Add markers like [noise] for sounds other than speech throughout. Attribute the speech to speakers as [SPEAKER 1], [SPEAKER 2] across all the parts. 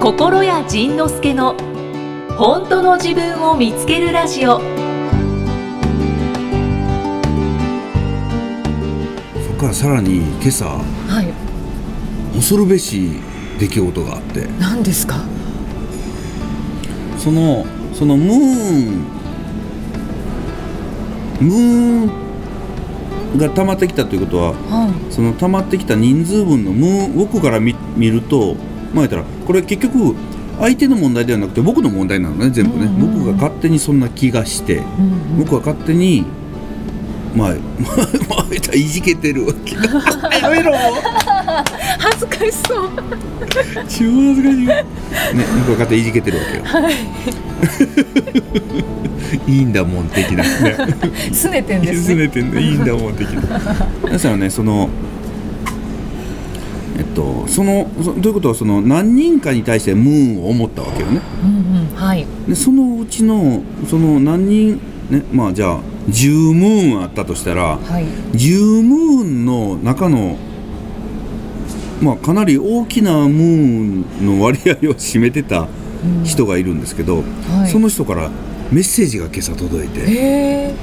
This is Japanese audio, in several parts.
[SPEAKER 1] 心谷仁之助の本当の自分を見つけるラジ
[SPEAKER 2] そ
[SPEAKER 1] オ
[SPEAKER 2] こからさらに今朝
[SPEAKER 3] はい、
[SPEAKER 2] 恐るべし出来事があって
[SPEAKER 3] 何ですか。
[SPEAKER 2] そのそのムーンムーンが溜まってきたということは
[SPEAKER 3] はい、
[SPEAKER 2] その溜まってきた人数分のムーン僕から見見るとまあ言ったらこれ結局相手の問題ではなくて僕の問題なのね全部ね、
[SPEAKER 3] うんうんうん
[SPEAKER 2] 僕が勝手にそんな気がして、
[SPEAKER 3] うん
[SPEAKER 2] 僕は勝手にまあ [laughs] まあ言ったらいじけてるわ
[SPEAKER 3] [laughs]
[SPEAKER 2] けやめろもう
[SPEAKER 3] 恥ずかしそう。
[SPEAKER 2] 超恥ずかしいね僕は勝手にいじけてるわけよ、い、いんだもん的なね
[SPEAKER 3] 拗ねてんです
[SPEAKER 2] す
[SPEAKER 3] ね。
[SPEAKER 2] ねてんだいいんだもん的なだからねそのえっとそのそということはその何人かに対してムーンを思ったわけよね
[SPEAKER 3] うんうん、はい、
[SPEAKER 2] でそのうちのその何人ねまあじゃあ10ムーンあったとしたら
[SPEAKER 3] はい、
[SPEAKER 2] 10ムーンの中のまあかなり大きなムーンの割合を占めてた
[SPEAKER 3] うん
[SPEAKER 2] 人がいるんですけど、
[SPEAKER 3] はい
[SPEAKER 2] その人からメッセージが今朝届いて、
[SPEAKER 3] ええ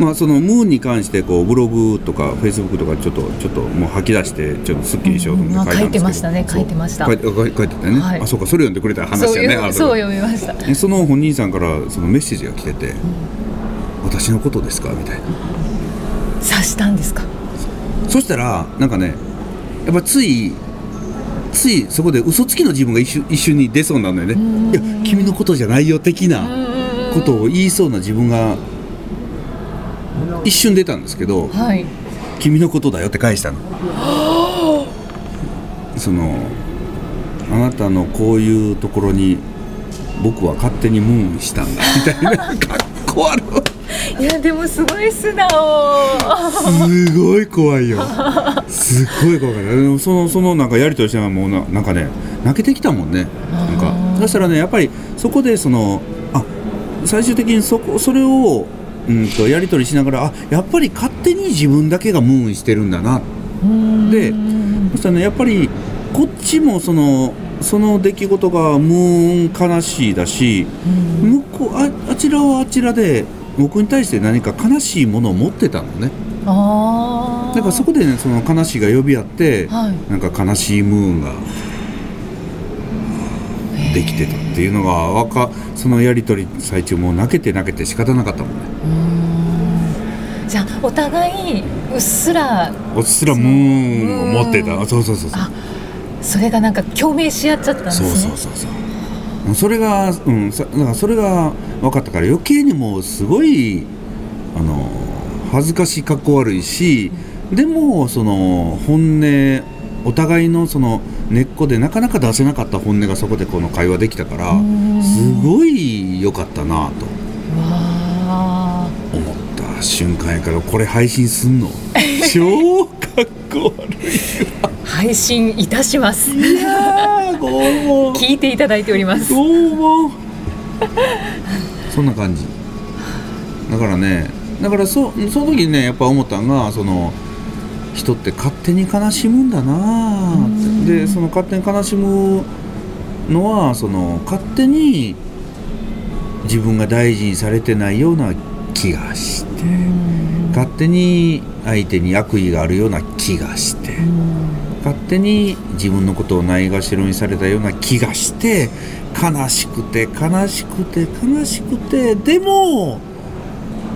[SPEAKER 2] まあ、そのムーンに関してこうブログとかフェイスブックとかちょっとちょっともう吐き出してちょっとすっきりしようと思って書いた
[SPEAKER 3] うんうんまあ書
[SPEAKER 2] んですけど、
[SPEAKER 3] いてましたね
[SPEAKER 2] そう
[SPEAKER 3] 書いてました
[SPEAKER 2] 書いて書い書いてたよね、
[SPEAKER 3] はい
[SPEAKER 2] あそうかそれ読んでくれた
[SPEAKER 3] そう
[SPEAKER 2] 話やね
[SPEAKER 3] いう、
[SPEAKER 2] あ
[SPEAKER 3] そう
[SPEAKER 2] う
[SPEAKER 3] 読みました。
[SPEAKER 2] でその本人さんからそのメッセージが来てて、私のことですかみたいな
[SPEAKER 3] 察したんですか。
[SPEAKER 2] そしたらなんかねやっぱついついそこで嘘つきの自分が一瞬一瞬に出そうになるのよねいや君のことじゃないよ的
[SPEAKER 3] う
[SPEAKER 2] なん
[SPEAKER 3] うん
[SPEAKER 2] ことを言いそうな自分が一瞬出たんですけど
[SPEAKER 3] うん、はい、
[SPEAKER 2] 「君のことだよ」って返したの。そのあなたのこういうところに僕は勝手にムーンしたんだみた
[SPEAKER 3] [laughs]
[SPEAKER 2] いなかっこ悪い
[SPEAKER 3] いや、でもすごい素直。
[SPEAKER 2] すごい怖いよ。すごい怖かった。でもそのそのなんかやりとりしてもうななんかね泣けてきたもんね。なんか
[SPEAKER 3] あー
[SPEAKER 2] そしたらねやっぱりそこでそのあ最終的にそこそれをうんとやりとりしながらあやっぱり勝手に自分だけがムーンしてるんだな。
[SPEAKER 3] うん
[SPEAKER 2] で
[SPEAKER 3] うん
[SPEAKER 2] そしたらねやっぱりこっちもそのその出来事がムーン悲しいだし。
[SPEAKER 3] うん
[SPEAKER 2] 向こうああちらはあちらで僕に対して何か悲しいものを持ってたのね
[SPEAKER 3] ああ。
[SPEAKER 2] だからそこでねその悲しいが呼び合って、
[SPEAKER 3] はい。
[SPEAKER 2] なんか悲しいムーンができてたっていうのがわかそのやり取り最中もう泣けて泣けて仕方なかったもんね
[SPEAKER 3] じゃあ、お互い、うっすら、
[SPEAKER 2] うっすらムーンを持って
[SPEAKER 3] ムー
[SPEAKER 2] た
[SPEAKER 3] ン
[SPEAKER 2] そうそうそうそう
[SPEAKER 3] あそれがなんか共鳴し合っちゃったんです
[SPEAKER 2] そう
[SPEAKER 3] ね。
[SPEAKER 2] そうそうそうそれがうんさだからそれが分かったから余計にもうすごいあの恥ずかしいかっこ悪いしでもその本音お互いのその根っこでなかなか出せなかった本音がそこでこの会話できたから
[SPEAKER 3] うん
[SPEAKER 2] すごい良かったな
[SPEAKER 3] わあ。
[SPEAKER 2] と思った瞬間やからこれ配信すん [laughs] の超かっこ悪い
[SPEAKER 3] 配信いたします。
[SPEAKER 2] いやーどうも
[SPEAKER 3] 聞いていただいております。
[SPEAKER 2] どうもそんな感じだからねだからそその時にねやっぱ思ったんがその人って勝手に悲しむんだなあってでその勝手に悲しむのはその勝手に自分が大事にされてないような気がして勝手に相手に悪意があるような気がして勝手に自分のことをないがしろにされたような気がして悲しくて悲しくて悲しくてでも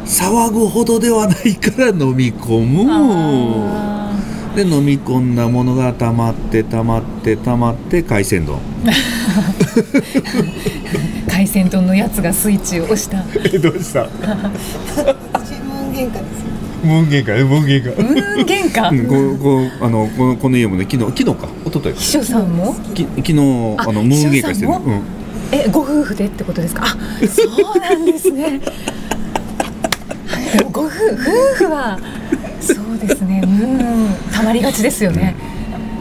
[SPEAKER 2] 騒ぐほどではないから飲み込む
[SPEAKER 3] あ
[SPEAKER 2] で飲み込んだものが溜まって溜まって溜まって海鮮丼
[SPEAKER 3] ー海鮮丼のやつがスイッチを押した。
[SPEAKER 2] えどうした
[SPEAKER 4] 文喧嘩ですよ。
[SPEAKER 2] 門限かね門限か
[SPEAKER 3] うーん、喧嘩。
[SPEAKER 2] こうこうあのこのこの家もね昨日昨日か一昨
[SPEAKER 3] 秘
[SPEAKER 2] 日
[SPEAKER 3] 書さんも。
[SPEAKER 2] き昨日あの門限かして
[SPEAKER 3] 秘書
[SPEAKER 2] る、
[SPEAKER 3] さん
[SPEAKER 2] うん、
[SPEAKER 3] え、ご夫婦でってことですか。あ、そうなんですね。でもご夫夫婦は。そうですね。うん、たまりがちですよね。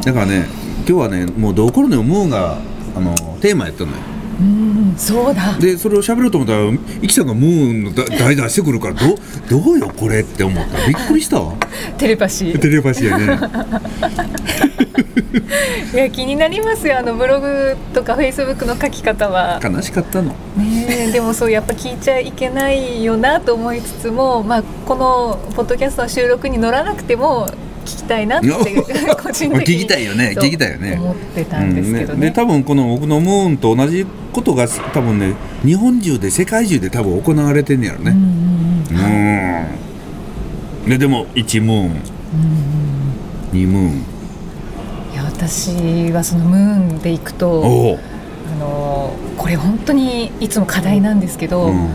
[SPEAKER 2] だからね今日はねもうどころでもムーンがあのテーマやったのよ
[SPEAKER 3] うん、そうだ。
[SPEAKER 2] でそれを喋ろうと思ったらイキさんがムーンのだ題出してくるからどどうよこ
[SPEAKER 3] [laughs]
[SPEAKER 2] れって思ったびっくりしたわ
[SPEAKER 3] テレパシー。
[SPEAKER 2] テレパシーやね
[SPEAKER 3] いや気になりますよあのブログとかフェイスブックの書き方は。
[SPEAKER 2] 悲しかったの
[SPEAKER 3] ねえでもそうやっぱ聞いちゃいけないよなと思いつつも、まあ、このポッドキャストの収録に乗らなくても聞きたいなっていう [laughs] 個人
[SPEAKER 2] 聞
[SPEAKER 3] 的に
[SPEAKER 2] きたいよね
[SPEAKER 3] そう
[SPEAKER 2] 聞きたいよね
[SPEAKER 3] 思ってたんですけど
[SPEAKER 2] うんで
[SPEAKER 3] ね。
[SPEAKER 2] 多分この僕のムーンと同じことが多分ね日本中で世界中で多分行われてんねやろ
[SPEAKER 3] うんう
[SPEAKER 2] ね
[SPEAKER 3] ん
[SPEAKER 2] うんねでも1ムーン
[SPEAKER 3] うんうん
[SPEAKER 2] 2ムーン
[SPEAKER 3] うんいや私はそのムーンで行くと
[SPEAKER 2] おお、
[SPEAKER 3] あのこれ本当にいつも課題なんですけど、
[SPEAKER 2] うん、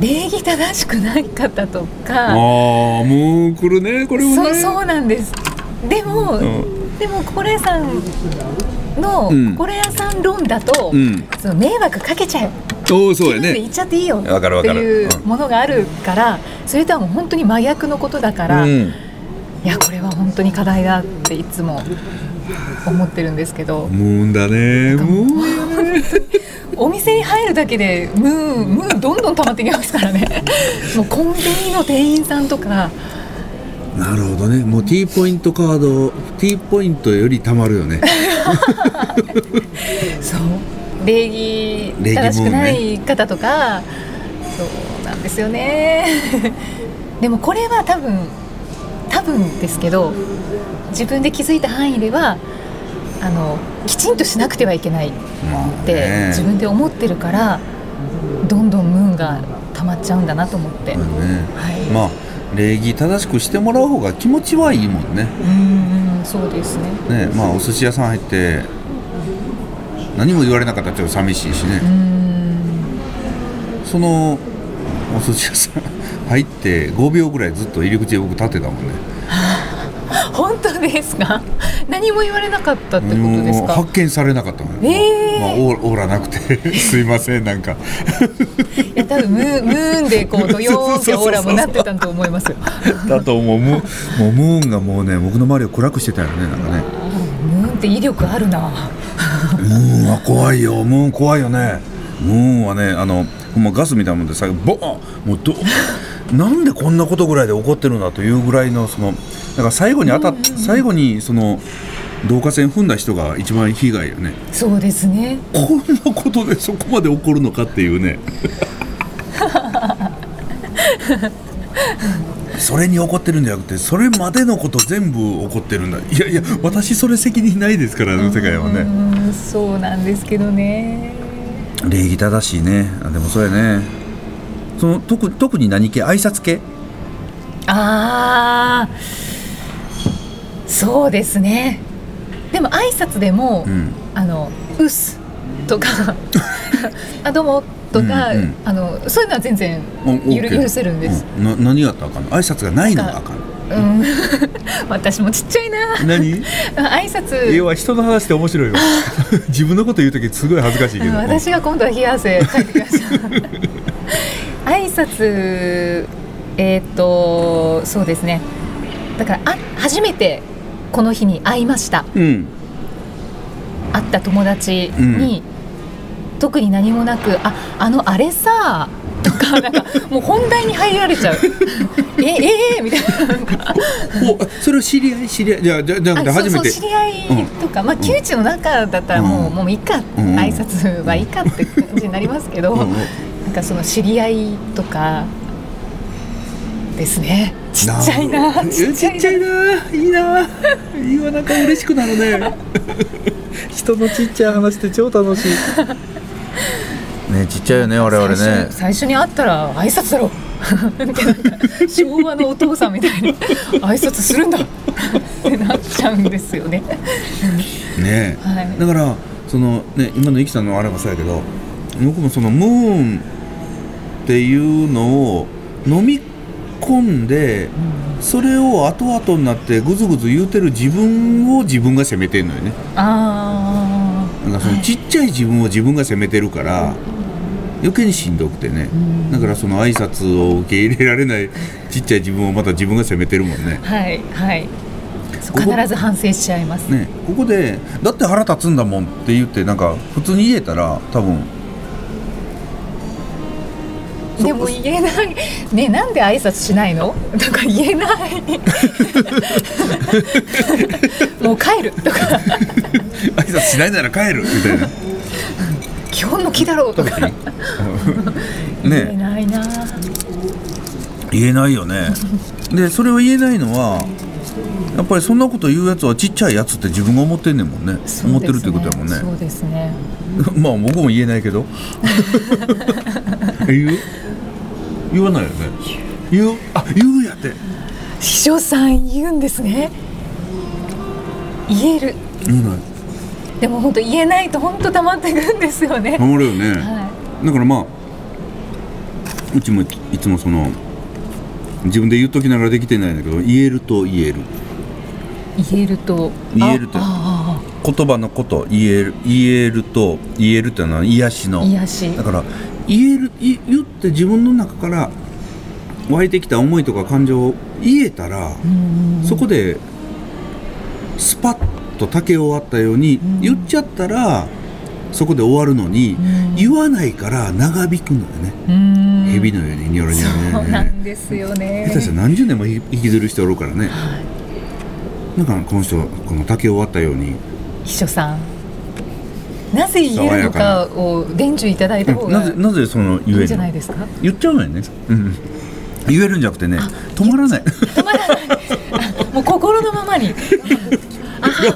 [SPEAKER 3] 礼儀正しくない方と
[SPEAKER 2] ああ
[SPEAKER 3] か
[SPEAKER 2] もう来るねこれは
[SPEAKER 3] そう
[SPEAKER 2] ね
[SPEAKER 3] そうなんですでも、でも心屋さんの
[SPEAKER 2] うん
[SPEAKER 3] 心屋さん論だと、
[SPEAKER 2] うん、うん、
[SPEAKER 3] その迷惑かけちゃう
[SPEAKER 2] おおそう
[SPEAKER 3] 自
[SPEAKER 2] や
[SPEAKER 3] 分で
[SPEAKER 2] ね
[SPEAKER 3] 言っちゃっていいよ
[SPEAKER 2] わかるわ
[SPEAKER 3] って
[SPEAKER 2] かる
[SPEAKER 3] いうものがあるからそれとはもう本当に真逆のことだから、いやこれは本当に課題だっていつも思ってるんですけど
[SPEAKER 2] うん、ムーンだねムーン
[SPEAKER 3] お店に入るだけでムーンムーンどんどん溜まってきますからね [laughs] もうコンビニの店員さんとか
[SPEAKER 2] なるほどねもう T ポイントカード T ポイントよりたまる
[SPEAKER 3] [laughs]
[SPEAKER 2] よね
[SPEAKER 3] そう礼儀
[SPEAKER 2] 礼儀
[SPEAKER 3] 正しくな
[SPEAKER 2] 部
[SPEAKER 3] い方とか、そうなんですよね [laughs] でもこれは多分多分ですけど自分で気づいた範囲ではあのきちんとしなくてはいけないっ
[SPEAKER 2] まあ
[SPEAKER 3] て、
[SPEAKER 2] ね
[SPEAKER 3] 自分で思ってるからどんどんムーンが溜まっちゃうんだなと思って、
[SPEAKER 2] まあね
[SPEAKER 3] はい、
[SPEAKER 2] まあ礼儀正しくしてもらう方が気持ちはいいもんね
[SPEAKER 3] うんうんそうですね
[SPEAKER 2] ねまあお寿司屋さん入って何も言われなかったらちょっと寂しいし
[SPEAKER 3] う
[SPEAKER 2] ね
[SPEAKER 3] ん
[SPEAKER 2] そのお寿司屋さん入って5秒ぐらいずっと入り口で僕立ってたもんね
[SPEAKER 3] 本当ですか [laughs] 何も言われなかったってこ
[SPEAKER 2] 何
[SPEAKER 3] とです
[SPEAKER 2] も
[SPEAKER 3] か
[SPEAKER 2] 発見されなかったもん
[SPEAKER 3] ええ
[SPEAKER 2] まあ、オーオーラなくて [laughs] すいませんなんか
[SPEAKER 3] いや多分ムームーンでこうドヨーンってオーラもなってたと思いますよ。
[SPEAKER 2] [laughs] だと思うムもうムーンがもうね僕の周りを暗くしてたよねなんかね
[SPEAKER 3] ムーンって威力あるな。
[SPEAKER 2] ムーンは怖いよムーン怖いよねムーンはねあのほんまガスみたいなもんで最後ボーンもうどなんでこんなことぐらいで怒ってるんだというぐらいのそのだから最後に当たっ最後にその導火線踏んだ人が一番被害よね
[SPEAKER 3] そうですね。
[SPEAKER 2] こんなことでそこまで怒るのかっていうね [laughs] それに怒ってるんじゃなくてそれまでのこと全部怒ってるんだいやいや私それ責任ないですからあの世界はね、
[SPEAKER 3] うんそうなんですけどね。
[SPEAKER 2] 礼儀正しいねあでもそうやねその特特に何系挨拶系
[SPEAKER 3] ああそうですね。でも挨拶でも、
[SPEAKER 2] うん
[SPEAKER 3] あのうっすと
[SPEAKER 2] [laughs]
[SPEAKER 3] かあどうもとか、
[SPEAKER 2] うんうん
[SPEAKER 3] あのそういうのは全然ゆる許せるんです。、
[SPEAKER 2] うんな何があったらあかんの挨拶がないのがあかん
[SPEAKER 3] うん、 [laughs] 私もちっちゃいな。 [laughs]
[SPEAKER 2] 何
[SPEAKER 3] 挨拶。
[SPEAKER 2] 要は人の話って
[SPEAKER 3] [laughs]
[SPEAKER 2] 面白いよ自分のこと言う時すごい恥ずかしいけ
[SPEAKER 3] うん
[SPEAKER 2] ど
[SPEAKER 3] 私が今度は冷や [laughs] 汗かいてきました挨拶えっ、とそうですねだからあ初めてこの日に会いました
[SPEAKER 2] うん
[SPEAKER 3] 会った友達に、特に何もなく「ああのあれさ」とかなんかもう本題に入られ [laughs] ちゃう「えええみたいななんか
[SPEAKER 2] おそれを知り合い知り合いじゃあじゃあじゃなくて
[SPEAKER 3] あそう
[SPEAKER 2] 初
[SPEAKER 3] そ
[SPEAKER 2] め
[SPEAKER 3] う
[SPEAKER 2] て
[SPEAKER 3] 知り合いとか、まあ旧知の中だったらもう,、
[SPEAKER 2] うん
[SPEAKER 3] もういいか、
[SPEAKER 2] うん
[SPEAKER 3] 挨拶はいいかって感じになりますけど。
[SPEAKER 2] うんうん
[SPEAKER 3] なんかその知り合いとかですね。ちっちゃいな。
[SPEAKER 2] るほどえちっちゃいないいないいわなんか嬉しくなるね
[SPEAKER 3] [laughs]
[SPEAKER 2] 人のちっちゃい話って超楽しい
[SPEAKER 3] [laughs]
[SPEAKER 2] ねちっちゃいよね我々
[SPEAKER 3] 最
[SPEAKER 2] ね
[SPEAKER 3] 初最初に会ったら挨拶だろ。みたいな [laughs] 昭和のお父さんみたいに挨拶するんだってなっちゃうんですよね。
[SPEAKER 2] ねえ、
[SPEAKER 3] はい
[SPEAKER 2] だからその、ね、今のゆきさんのあれもそうやけど僕もそのムーンっていうのを飲み込んでそれを後々になってぐずぐず言うてる自分を自分が責めてんのよね
[SPEAKER 3] あ
[SPEAKER 2] なんかそのちっちゃい自分を自分が責めてるから余計にしんどくてねだからその挨拶を受け入れられない [laughs] ちっちゃい自分をまた自分が責めてるもんね
[SPEAKER 3] あはいはい。そう
[SPEAKER 2] ここ
[SPEAKER 3] 必ず反省しちゃいます。
[SPEAKER 2] ね、ここで「だって腹立つんだもん」って言ってなんか普通に言えたら多分そ
[SPEAKER 3] でも言えない。ねなんで挨拶しないの？とか言えない。もう帰るとか
[SPEAKER 2] 挨拶しないなら帰るみたいな
[SPEAKER 3] 基本の木だろうとか言え
[SPEAKER 2] ね
[SPEAKER 3] ないなあ
[SPEAKER 2] [laughs] 言えないよねでそれを言えないのはやっぱりそんなこと言うやつはちっちゃいやつって自分が思ってんねんもんね思ってるってことやもんね
[SPEAKER 3] そうですね
[SPEAKER 2] [laughs] まあ僕も言えないけど [laughs] 言う言わないよね言うあ言うやって
[SPEAKER 3] 秘書さん言うんですね言える
[SPEAKER 2] 言わない
[SPEAKER 3] でも本当言えないと本当溜まってくんですよね、
[SPEAKER 2] ハマるよね、
[SPEAKER 3] は
[SPEAKER 2] だからまあうちもいいつもその自分で言っときながらできてないんだけど言えると言える
[SPEAKER 3] い、言えると
[SPEAKER 2] 言えると
[SPEAKER 3] ああ
[SPEAKER 2] 言葉のこと言える言えると言えるっていうのは癒し
[SPEAKER 3] あ
[SPEAKER 2] の
[SPEAKER 3] あ癒し
[SPEAKER 2] だから言えるい言って自分の中から湧いてきた思いとか感情を言えたら、
[SPEAKER 3] うん
[SPEAKER 2] そこでスパッと竹を割ったように、
[SPEAKER 3] ん
[SPEAKER 2] 言っちゃったらそこで終わるのに、
[SPEAKER 3] ん
[SPEAKER 2] 言わないから長引くのよね、
[SPEAKER 3] うん
[SPEAKER 2] 蛇のようにニョロニョ
[SPEAKER 3] そ
[SPEAKER 2] ロ
[SPEAKER 3] う
[SPEAKER 2] ね
[SPEAKER 3] なんですよね
[SPEAKER 2] 下手したら何十年も引きずる人おるからね、だからこの人はこの竹を割ったように
[SPEAKER 3] 秘書さんなぜ言えるのかを伝授いただいた方
[SPEAKER 2] な
[SPEAKER 3] が
[SPEAKER 2] ぜなぜその
[SPEAKER 3] い
[SPEAKER 2] 言
[SPEAKER 3] い
[SPEAKER 2] え
[SPEAKER 3] んじゃ
[SPEAKER 2] る
[SPEAKER 3] ない
[SPEAKER 2] の
[SPEAKER 3] ですか
[SPEAKER 2] 言っちゃうのよね、うん、言えるんじゃなくてね止まらない
[SPEAKER 3] 止まらないあもう心のまま
[SPEAKER 2] [laughs]
[SPEAKER 3] に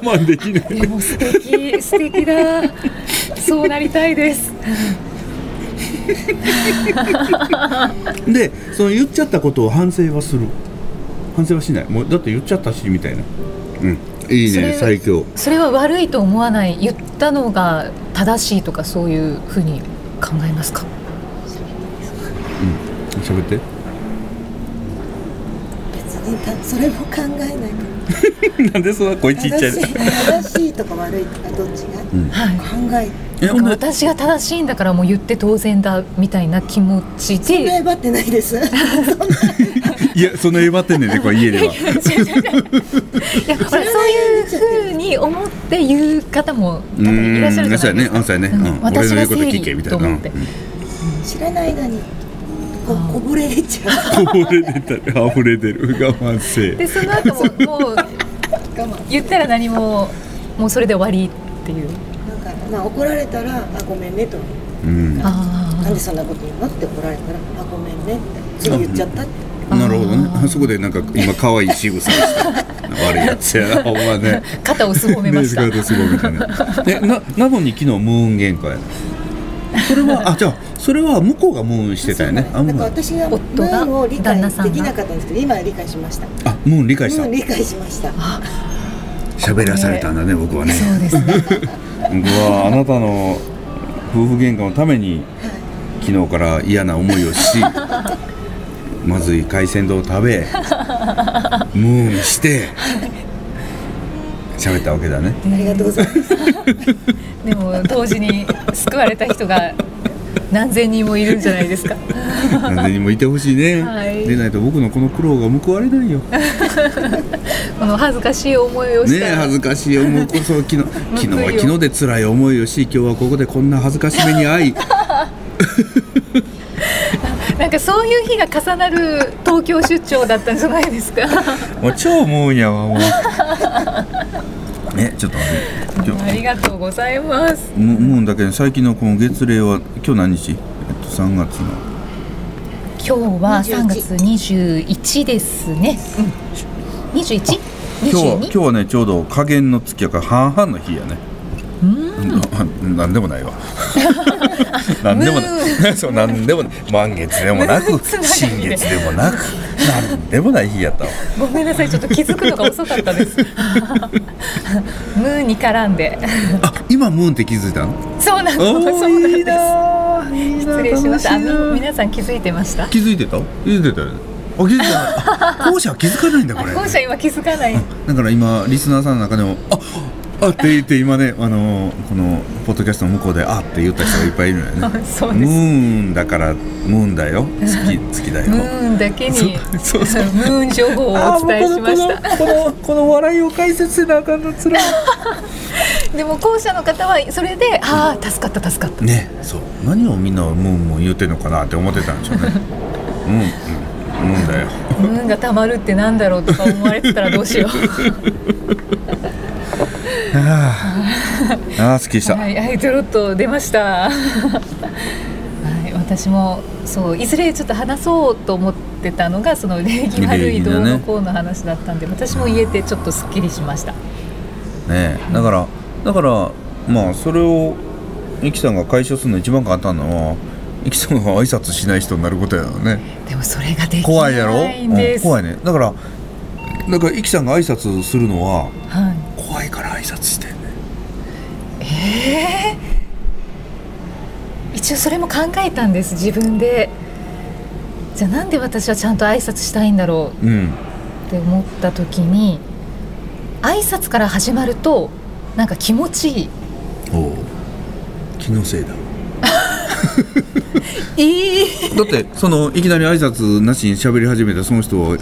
[SPEAKER 2] 我慢できない
[SPEAKER 3] でも素敵素敵だそうなりたいです
[SPEAKER 2] でその言っちゃったことを反省はする反省はしないもうだって言っちゃったしみたいなうんいい
[SPEAKER 3] それ
[SPEAKER 2] ね最強
[SPEAKER 3] それは悪いと思わない言ったのが正しいとかそういうふうに考えますか
[SPEAKER 2] 喋って
[SPEAKER 4] 別にたそれも考えないか
[SPEAKER 2] なんでそんな声
[SPEAKER 4] ら正しい正しいとか悪いとかどっちが、
[SPEAKER 2] うん
[SPEAKER 3] はい
[SPEAKER 4] 考え
[SPEAKER 2] え
[SPEAKER 3] なんか
[SPEAKER 2] ほんで
[SPEAKER 3] 私が正しいんだからもう言って当然だみたいな気持ち
[SPEAKER 4] そんな
[SPEAKER 3] で
[SPEAKER 4] えばってないです [laughs]
[SPEAKER 2] いやそのえばってんねんねこれ家では
[SPEAKER 3] いやほらそういうふうに思って言う方も多分いらっしゃるじゃないですか
[SPEAKER 2] うんそうやねあそうやねうん
[SPEAKER 3] うん私が
[SPEAKER 2] 俺の言うこと
[SPEAKER 3] 正
[SPEAKER 2] 聞けみ
[SPEAKER 3] 義
[SPEAKER 2] たいな
[SPEAKER 3] と思って
[SPEAKER 4] 知らない間にここぼれ出ちゃ
[SPEAKER 2] こぼれ出たあふれてる我慢せ
[SPEAKER 3] でその後ももう
[SPEAKER 4] う我慢
[SPEAKER 3] 言ったら何ももうそれで終わりっていう
[SPEAKER 4] だからまあ怒られたらあごめんねと
[SPEAKER 2] うんな
[SPEAKER 3] あ
[SPEAKER 4] なんでそんなこと言うのって怒られたらあごめんねってすぐ言っちゃったって
[SPEAKER 2] るほどね
[SPEAKER 3] あ
[SPEAKER 2] あそこでなんか今可愛い仕草をした悪いやつやなほんまね
[SPEAKER 3] あ肩をすぼめました
[SPEAKER 2] ねえすごいみたいなえななのに昨日ムーン喧嘩やなそれはあじゃあそれは向こうがムーンしてたよねあ
[SPEAKER 4] そう
[SPEAKER 2] ム
[SPEAKER 4] なん
[SPEAKER 2] ーン
[SPEAKER 4] ですだから
[SPEAKER 3] 夫
[SPEAKER 4] 私がム
[SPEAKER 3] が
[SPEAKER 4] ーンを理
[SPEAKER 3] 旦
[SPEAKER 4] 解
[SPEAKER 3] 那さんが
[SPEAKER 4] できなかったんですけど今は理解しましたム
[SPEAKER 2] あムーン理解し
[SPEAKER 4] ー
[SPEAKER 2] た
[SPEAKER 4] ン理解しました
[SPEAKER 2] 喋らされたんだね僕はね
[SPEAKER 3] そうですね
[SPEAKER 2] 僕はあなたの夫婦喧嘩のために昨日から嫌な思いをしまずい海鮮丼を食べムーンして喋ったわけだね
[SPEAKER 4] ありがとうございます
[SPEAKER 3] でも同時に救われた人が何千人もいるんじゃないですか
[SPEAKER 2] [laughs] 何にもいてほしいね、
[SPEAKER 3] はい
[SPEAKER 2] でないと僕のこの苦労が報われ
[SPEAKER 3] [laughs]
[SPEAKER 2] ないよね
[SPEAKER 3] この恥ずかしい思いをし
[SPEAKER 2] え
[SPEAKER 3] た
[SPEAKER 2] 恥ずかしい思いこそ
[SPEAKER 3] [laughs]
[SPEAKER 2] 昨日昨日
[SPEAKER 3] 報
[SPEAKER 2] はい
[SPEAKER 3] よ
[SPEAKER 2] 昨日で辛い思いをし今日はここでこんな恥ずかしめに
[SPEAKER 3] [laughs]
[SPEAKER 2] 会い
[SPEAKER 3] なんかそういう日が重なる東京出張だったんじゃないですか
[SPEAKER 2] もう超思うんやわ
[SPEAKER 3] [laughs]
[SPEAKER 2] もうねちょっと待って今日
[SPEAKER 3] ありがとうございます
[SPEAKER 2] ムムーンだけど最近のこの月齢は今日何日、えっと、3月の
[SPEAKER 3] 今日は
[SPEAKER 4] 21
[SPEAKER 3] 3月21ですね、うん、21?
[SPEAKER 2] 今日は今
[SPEAKER 3] 22?
[SPEAKER 2] 日はねちょうど加減の月やから半々の日やねうんなんでも
[SPEAKER 3] [laughs]
[SPEAKER 2] ないわなんでもない [laughs] そうなんでもない満月でもな
[SPEAKER 3] [laughs]
[SPEAKER 2] く
[SPEAKER 3] つながりで
[SPEAKER 2] 新月でもなくなんでもない日やったわ
[SPEAKER 3] ごめんなさいちょっと気づくのが遅かったです [laughs] ムーに絡んで
[SPEAKER 2] あ今ムーンって気づいたの
[SPEAKER 3] [laughs] そうなんです
[SPEAKER 2] おー
[SPEAKER 3] そうなん
[SPEAKER 2] いい
[SPEAKER 3] です
[SPEAKER 2] なーいいなー
[SPEAKER 3] 失礼しましたあ
[SPEAKER 2] 楽いなー
[SPEAKER 3] の皆さん気づいてました
[SPEAKER 2] 気づいてた気づいてたよねあ気づいてた
[SPEAKER 3] [laughs]
[SPEAKER 2] あ後者は気づかないんだこれ
[SPEAKER 3] 校舎今気づかない
[SPEAKER 2] だから今リスナーさんの中でも「ああって言って今ねあのーこのポッドキャストの向こうで「あって言った人がいっぱいいるのよね
[SPEAKER 3] [laughs] そう
[SPEAKER 2] ム
[SPEAKER 3] です
[SPEAKER 2] ーンだからムーンだよ
[SPEAKER 3] [laughs]
[SPEAKER 2] 月月だよ
[SPEAKER 3] ムーンだけに
[SPEAKER 2] そうそ
[SPEAKER 3] ムーン情報をお伝えしました
[SPEAKER 2] このこのこの笑いを解説せなあかんのつら
[SPEAKER 3] [laughs]
[SPEAKER 2] い
[SPEAKER 3] でも校舎の方はそれでああ助かった助かった
[SPEAKER 2] ねそう何をみんなムーンムーン言ってんのかなって思ってたんでしょうねうんうん思うん
[SPEAKER 3] [laughs]
[SPEAKER 2] だよ
[SPEAKER 3] 運がたまるってなんだろうとか思われてたらどうしよ
[SPEAKER 2] [laughs]
[SPEAKER 3] う
[SPEAKER 2] ああすっきりした、
[SPEAKER 3] はいはいドロッと出ましたはい私もそういずれちょっと話そうと思ってたのがその礼儀悪いどうのこうの話だったんで、私も言えてちょっとすっきりしました
[SPEAKER 2] ねえだからだからまあそれをイキさんが解消するの一番簡単なのはイキさんが挨拶しない人になることやよ
[SPEAKER 3] [laughs]
[SPEAKER 2] ね
[SPEAKER 3] でもそれができ
[SPEAKER 2] 怖いやろ、
[SPEAKER 3] ないんで
[SPEAKER 2] うん
[SPEAKER 3] す
[SPEAKER 2] 怖いねだからだからイキさんが挨拶するのは
[SPEAKER 3] はい
[SPEAKER 2] 怖いから挨拶してんね
[SPEAKER 3] えー一応それも考えたんです自分でじゃあなんで私はちゃんと挨拶したいんだろ
[SPEAKER 2] うん
[SPEAKER 3] うって思った時に挨拶から始まるとなんか気持ちいい
[SPEAKER 2] おう気のせいだ
[SPEAKER 3] ええ
[SPEAKER 2] だってそのいきなり挨拶なしに喋り始めたその人は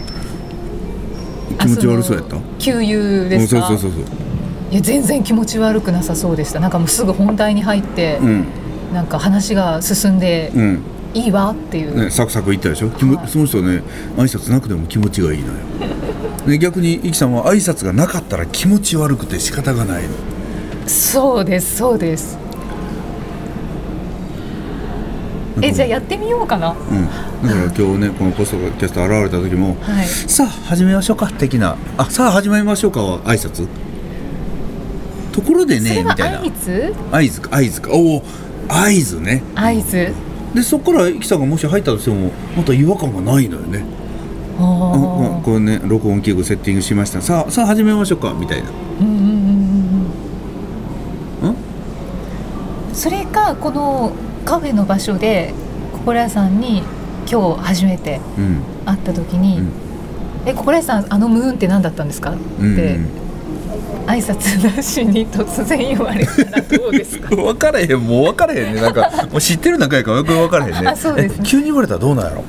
[SPEAKER 2] 気持ち悪そうやった
[SPEAKER 3] 給油
[SPEAKER 2] う
[SPEAKER 3] で
[SPEAKER 2] ん
[SPEAKER 3] す
[SPEAKER 2] そう
[SPEAKER 3] か
[SPEAKER 2] そうそうそう
[SPEAKER 3] いや全然気持ち悪くなさそうでしたなんかもうすぐ本題に入って、
[SPEAKER 2] うん
[SPEAKER 3] なんか話が進んで、
[SPEAKER 2] うん
[SPEAKER 3] いいわっていう、
[SPEAKER 2] ね、サクサクいったでしょ、気
[SPEAKER 3] は
[SPEAKER 2] も
[SPEAKER 3] い
[SPEAKER 2] その人ね挨拶なくても気持ち
[SPEAKER 3] [laughs]
[SPEAKER 2] がいいのよ、ね、逆にイキさんは挨拶がなかったら気持ち悪くて仕方がないの
[SPEAKER 3] そうですそうですえじゃあやってみようかな
[SPEAKER 2] うん、だから今日ねこのコストキャスト現れた時も「
[SPEAKER 3] はい
[SPEAKER 2] さあ始めましょうか」的な「あさあ始めましょうか」は挨拶ところで
[SPEAKER 3] それ
[SPEAKER 2] ねみ
[SPEAKER 3] は
[SPEAKER 2] たいな
[SPEAKER 3] 合図
[SPEAKER 2] 合図か合図かおお合図ね
[SPEAKER 3] 合図
[SPEAKER 2] でそこからイキさんがもし入ったとしてもまた違和感がないのよねあうん
[SPEAKER 3] あ
[SPEAKER 2] これね録音器具セッティングしましたさあさあ始めましょうかみたいな
[SPEAKER 3] ーうんうんうんうん
[SPEAKER 2] ん
[SPEAKER 3] それかこのカフェの場所で心屋さんに今日初めて
[SPEAKER 2] うん
[SPEAKER 3] 会った時に
[SPEAKER 2] うん
[SPEAKER 3] 「え心屋さんあのムーンって何だったんですか?」っ
[SPEAKER 2] うん
[SPEAKER 3] て挨拶なしに突然言われたらどうですか
[SPEAKER 2] [laughs] 分かれへんもう分かれへんねなんかもう知ってる仲やからよく分かれへんね
[SPEAKER 3] あそうですね
[SPEAKER 2] え急に言われたらどうなん
[SPEAKER 3] [laughs]
[SPEAKER 2] やろ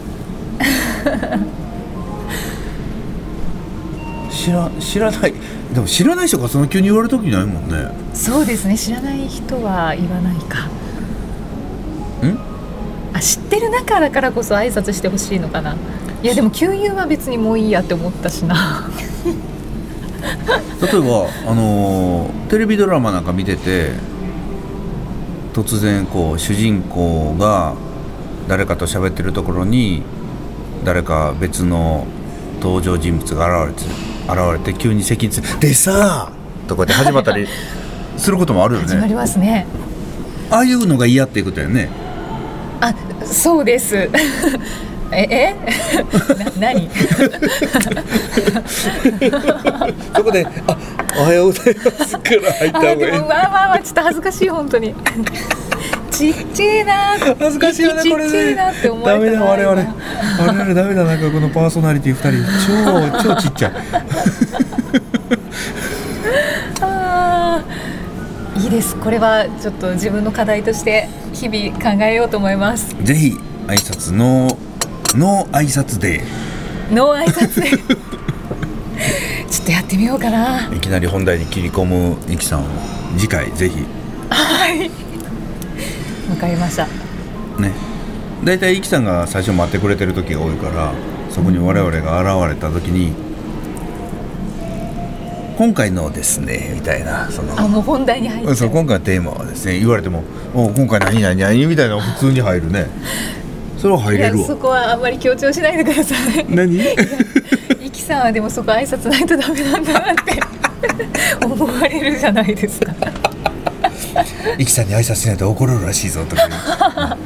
[SPEAKER 2] 知ら知らないでも知らない人がその急に言われる時ないもんね
[SPEAKER 3] そうですね知らない人は言わないか
[SPEAKER 2] ん
[SPEAKER 3] あ知ってる中だからこそ挨拶してほしいのかないやでも給油は別にもういいやって思ったしな
[SPEAKER 2] 例えばあのーテレビドラマなんか見てて突然こう主人公が誰かと喋ってるところに誰か別の登場人物が現れて現れて急に席について「でさー!」とかって始まったりすることもあるよ
[SPEAKER 3] 始まり
[SPEAKER 2] ね
[SPEAKER 3] ますね
[SPEAKER 2] ああいうのが嫌っていうことやね
[SPEAKER 3] あそうですええ [laughs] な何
[SPEAKER 2] そこで「あおはようございます」から入
[SPEAKER 3] あ
[SPEAKER 2] っ
[SPEAKER 3] でもまあまあまあちょっと恥ずかしい本当にちっちゃいな
[SPEAKER 2] 恥ずかしいよね
[SPEAKER 3] 息
[SPEAKER 2] これ
[SPEAKER 3] ちっちゃい
[SPEAKER 2] ね
[SPEAKER 3] なって思わ
[SPEAKER 2] ダ
[SPEAKER 3] れたら
[SPEAKER 2] メだ我々我々ダメだなんかこのパーソナリティ2人超超ちっちゃい
[SPEAKER 3] あーいいですこれはちょっと自分の課題として日々考えようと思います
[SPEAKER 2] ぜひ挨拶のの挨拶で
[SPEAKER 3] ノー挨拶 [laughs] でちょっとやってみようかない
[SPEAKER 2] きなり本題に切り込むイキさんを次回ぜひ
[SPEAKER 3] はいわかりました
[SPEAKER 2] ねだいたいイキさんが最初待ってくれてる時が多いからそこに我々が現れた時に「今回のですね」みたいなその
[SPEAKER 3] あもう本題に入っ
[SPEAKER 2] そう今回のテーマはですね言われても「お今回何何何?」みたいなの普通に入るねそれは入
[SPEAKER 3] い
[SPEAKER 2] れ
[SPEAKER 3] や
[SPEAKER 2] る
[SPEAKER 3] そ
[SPEAKER 2] わ
[SPEAKER 3] こはあんまり強調しないでください [laughs]
[SPEAKER 2] 何
[SPEAKER 3] イキさんはでもそこ挨拶ないとダメなんだなって
[SPEAKER 2] [laughs]
[SPEAKER 3] 思われるじゃないですか
[SPEAKER 2] イキさんに挨拶しないと怒られるらしいぞとか言う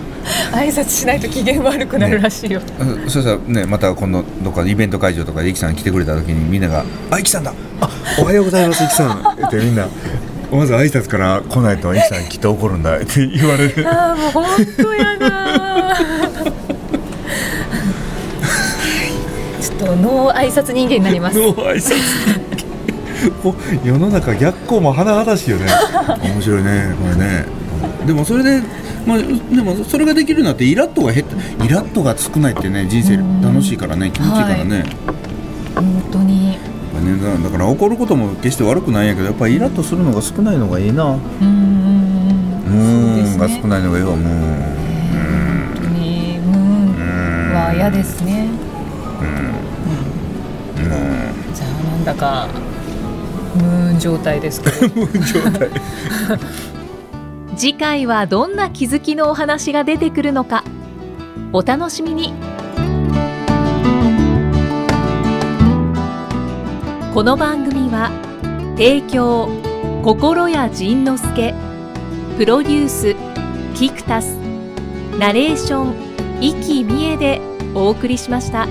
[SPEAKER 3] 挨拶しないと機嫌悪くなるらしいよ、
[SPEAKER 2] うん [laughs] そしたらねまた今度どっかのイベント会場とかでイキさん来てくれた時にみんなが「あイキさんだあおはようございますイキさん」ってみんなまず挨拶から来ないとイキさんきっと怒るんだって言われる
[SPEAKER 3] ああもう本当やだーちょっと脳挨拶人間になります
[SPEAKER 2] 挨拶 [laughs] 世の中逆光も甚だしいよね面白いねこれねでもそれでまあ、でもそれができるようになってイラッとが減ったイラッとが少ないってね人生楽しいからね気持ちいいからね、
[SPEAKER 3] 本当に
[SPEAKER 2] やっぱねだだから怒ることも決して悪くないんやけどやっぱりイラッとするのが少ないのがいいな
[SPEAKER 3] うんうん
[SPEAKER 2] う
[SPEAKER 3] うん
[SPEAKER 2] ーん
[SPEAKER 3] そ
[SPEAKER 2] が
[SPEAKER 3] うです
[SPEAKER 2] 少
[SPEAKER 3] ね
[SPEAKER 2] ないのがいいわもう
[SPEAKER 3] 本当にムーンは嫌ですね
[SPEAKER 2] ううん
[SPEAKER 3] じゃあなんだかムーン状態ですけど
[SPEAKER 1] 次回はどんな気づきのお話が出てくるのかお楽しみにこの番組は提供心谷仁之助プロデュースキクタスナレーション生きみえでお送りしました。